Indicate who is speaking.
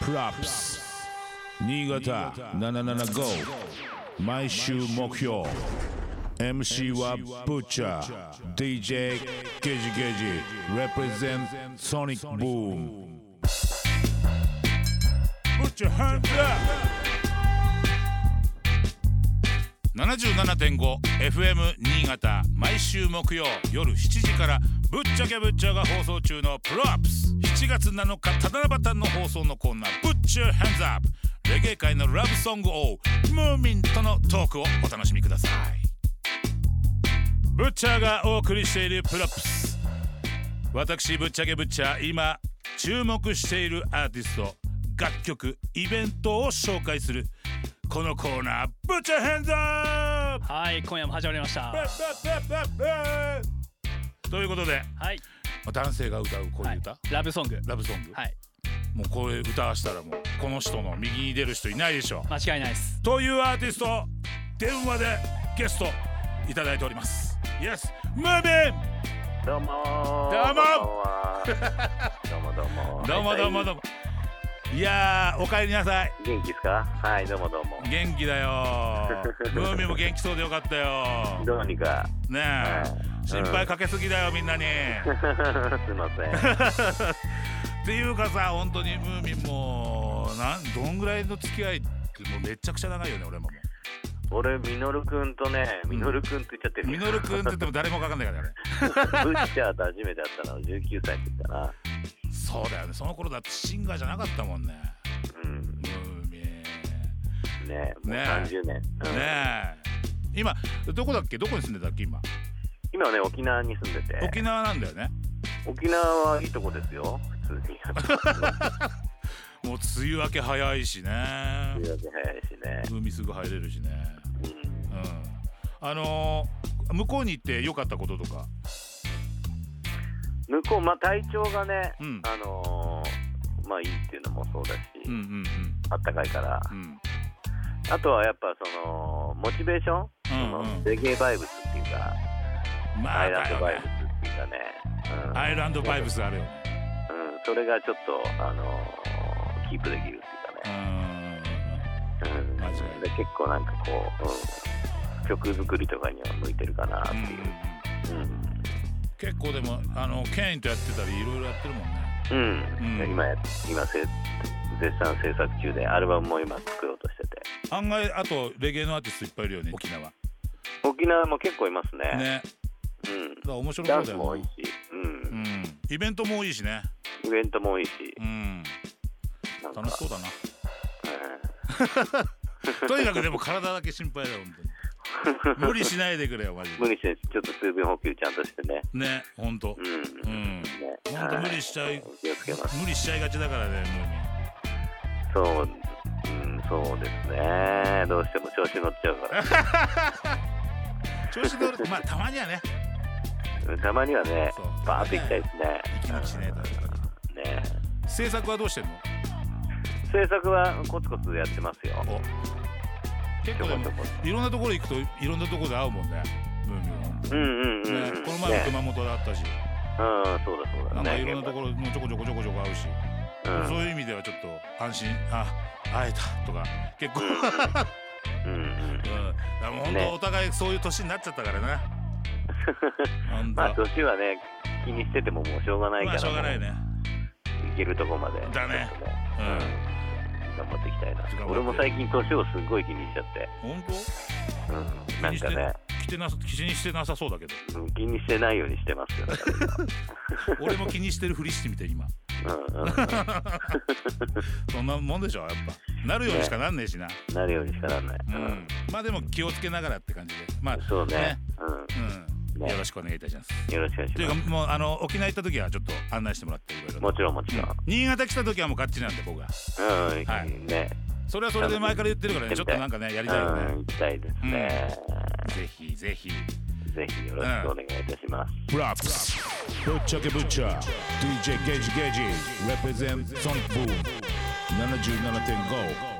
Speaker 1: プラップス新潟775毎週目標 MC はブッチャー DJ ゲジゲジ represent ソニックブーム Put your hands up
Speaker 2: 77.5FM 新潟毎週木曜夜7時からぶっちゃけぶっちゃが放送中のプロアップス7月7日七夕の放送のコーナー「ぶっちゃ Hands Up」レゲエ界のラブソング王ムーミンとのトークをお楽しみくださいブッチャーがお送りしているプロアップス私ぶっちゃけぶっちゃ今注目しているアーティスト楽曲イベントを紹介するこのコーナー「ぶっちゃ Hands Up」
Speaker 3: はい今夜も始まりました
Speaker 2: ということで
Speaker 3: はい、
Speaker 2: まあ男性が歌うこう
Speaker 3: は
Speaker 2: いう
Speaker 3: い
Speaker 2: 歌、、
Speaker 3: ラブソング
Speaker 2: ラブソング、
Speaker 3: はい
Speaker 2: もうこれ歌わしたらもうこの人の右に出る人いないでしょ
Speaker 3: 間違いないです
Speaker 2: というアーティスト電話でゲストいただいておりますイエスムービン
Speaker 4: ど
Speaker 2: どう
Speaker 4: うもー
Speaker 2: も
Speaker 4: ーどうもどう も
Speaker 2: どうもどうもどうもいやーおかえりなさい
Speaker 4: 元気ですかはいどうもどうも
Speaker 2: 元気だよムービンも元気そうでよかったよ
Speaker 4: どうにか
Speaker 2: ね
Speaker 4: は
Speaker 2: え
Speaker 4: い
Speaker 2: 心配かけすぎだよみんなに
Speaker 4: すいませ ん
Speaker 2: っていうかさ本当にムーミンもなんどんぐらいの付き合いってもうめちゃくちゃ長いよね俺もも
Speaker 4: 俺みのるくんとねみのるくんって言っちゃっ て
Speaker 2: う
Speaker 4: る
Speaker 2: ミノルくん って言っても誰もかかんないからねあ
Speaker 4: ブッチャーと初めて会ったのは19歳って言ったな
Speaker 2: れそうだよねその頃だってシンガーじゃなかったもんね
Speaker 4: うん
Speaker 2: ムーミンね
Speaker 4: ねもう
Speaker 2: ね
Speaker 4: 30年、うん
Speaker 2: え今どこだっけどこに住んでたっけ今
Speaker 4: 今はね沖縄に住んでて
Speaker 2: 沖縄なんだよね
Speaker 4: 沖縄はいいとこですよ 普通に
Speaker 2: もう梅雨明け早いしね
Speaker 4: 梅雨明け早いしね
Speaker 2: 海すぐ入れるしね
Speaker 4: うん
Speaker 2: うんあのー向こうに行って良かったこととか
Speaker 4: 向こうまあ体調がね、
Speaker 2: うん
Speaker 4: あのーまあいいっていうのもそうだし、
Speaker 2: うんうん
Speaker 4: あったかいから、
Speaker 2: うんうん
Speaker 4: あとはやっぱそのモチベーション、
Speaker 2: うんうん
Speaker 4: そのレゲエバイブスっていうか、
Speaker 2: ま
Speaker 4: ア
Speaker 2: あ
Speaker 4: イラ
Speaker 2: だ
Speaker 4: ンド
Speaker 2: よ
Speaker 4: バイブ
Speaker 2: ね
Speaker 4: スっていうかね、うん
Speaker 2: アイランドバイブスあるよね
Speaker 4: うん、それがちょっと、あのーキープできるっていう
Speaker 2: う
Speaker 4: かね、
Speaker 2: 間違
Speaker 4: う
Speaker 2: い
Speaker 4: ん、で結構なんかこう、うん、曲作りとかには向いてるかなって
Speaker 2: んうんうん
Speaker 4: いう、
Speaker 2: 結構でもあのケインとやってたりいろいろやってるもんね
Speaker 4: うんうん
Speaker 2: うん
Speaker 4: 今や今せ絶賛制作中でアルバムも今作ろうとしてて
Speaker 2: 案外あとレゲエのアーティストいっぱいいるよね沖縄
Speaker 4: 沖縄も結構いますね
Speaker 2: ねだか
Speaker 4: う
Speaker 2: ら面白
Speaker 4: ん、ダ
Speaker 2: そうだ
Speaker 4: ンス
Speaker 2: よ
Speaker 4: も多い
Speaker 2: ね
Speaker 4: し、うん
Speaker 2: うんイベントも多いしね
Speaker 4: イベントも多いし
Speaker 2: うん
Speaker 4: なんか
Speaker 2: 楽しそうだな
Speaker 4: うん
Speaker 2: とにかくでも体だけ心配だよ本当に無理しないでくれよマジ
Speaker 4: 無理してちょっと水分補給ちゃんとしてね。
Speaker 2: でね本当
Speaker 4: うん。
Speaker 2: うん
Speaker 4: ね
Speaker 2: ほんと無理しちゃい
Speaker 4: は気をつけます。
Speaker 2: 無理しちゃいがちだからね
Speaker 4: そう、うん、そうですね。どうしても調子乗っちゃうか
Speaker 2: ムーミン調子乗るまあたまにはね
Speaker 4: ら。たまにはね
Speaker 2: そう、
Speaker 4: バーッと行きたいですね。
Speaker 2: 息抜きしないとやっぱ
Speaker 4: うんね。
Speaker 2: り制作はどうしてんの
Speaker 4: 制作はコツコツやってますよ。
Speaker 2: お結構でもいろんなところ行くといろんなところで会うもんねムーミンは
Speaker 4: うんうんうんうん。
Speaker 2: ね、この前も
Speaker 4: ね
Speaker 2: 熊本だったし、
Speaker 4: うん、そうだそうだ。
Speaker 2: なんかいろんな
Speaker 4: ね
Speaker 2: ところもちょこちょこちょこちょこ会うし、
Speaker 4: うん
Speaker 2: そういう意味ではちょっと安心あ会えたとか結構、うん、
Speaker 4: うん うん。
Speaker 2: でも本
Speaker 4: ね
Speaker 2: 当お互いそういう年になっちゃったから ね本当
Speaker 4: まあ、年はね、気にしててももうしょうがない
Speaker 2: ま
Speaker 4: か
Speaker 2: あ
Speaker 4: ら。
Speaker 2: しょうがないね。
Speaker 4: 行けるとこまで。
Speaker 2: だね
Speaker 4: ちょっとね。
Speaker 2: う
Speaker 4: うん
Speaker 2: ん
Speaker 4: 頑張っていきた
Speaker 2: 頑
Speaker 4: い
Speaker 2: 張っ
Speaker 4: な。
Speaker 2: て
Speaker 4: 俺も最近年をすごい気にしちゃって。
Speaker 2: 本当
Speaker 4: うん、なんかね、
Speaker 2: 気にして気にしてなさそうだけど
Speaker 4: うん気にしてないようにしてますよ、だから
Speaker 2: 俺も気にしてるふりしてみて今
Speaker 4: うんうん
Speaker 2: そんなもんでしょやっぱなるようにしかなんねえしな、
Speaker 4: なるようにしかならない。
Speaker 2: うんまあでも気をつけながらって感じでまあ
Speaker 4: うん、そうね
Speaker 2: ね
Speaker 4: う
Speaker 2: うん、
Speaker 4: ね
Speaker 2: よろしくお願いいたします。
Speaker 4: ん、よろしくお願いし
Speaker 2: というか
Speaker 4: ま
Speaker 2: もうあの沖縄行った時はちょっと案内してもらっていろいろ
Speaker 4: す。
Speaker 2: と
Speaker 4: もちろん、もちろん。
Speaker 2: 新潟来た時はもうガッチリなんで僕は
Speaker 4: うん、うん
Speaker 2: はい
Speaker 4: ね、
Speaker 2: それはそれで前から言ってるからねちょっとなんかねや
Speaker 4: う
Speaker 2: り
Speaker 4: ん、
Speaker 2: たいよね、
Speaker 4: 行きたいですね。
Speaker 2: ぜひぜひ
Speaker 4: ぜひよろしくお願いいたします。
Speaker 1: プラップスぶっちゃけぶっちゃ DJ ゲージゲージ represent ソニックブーム77.5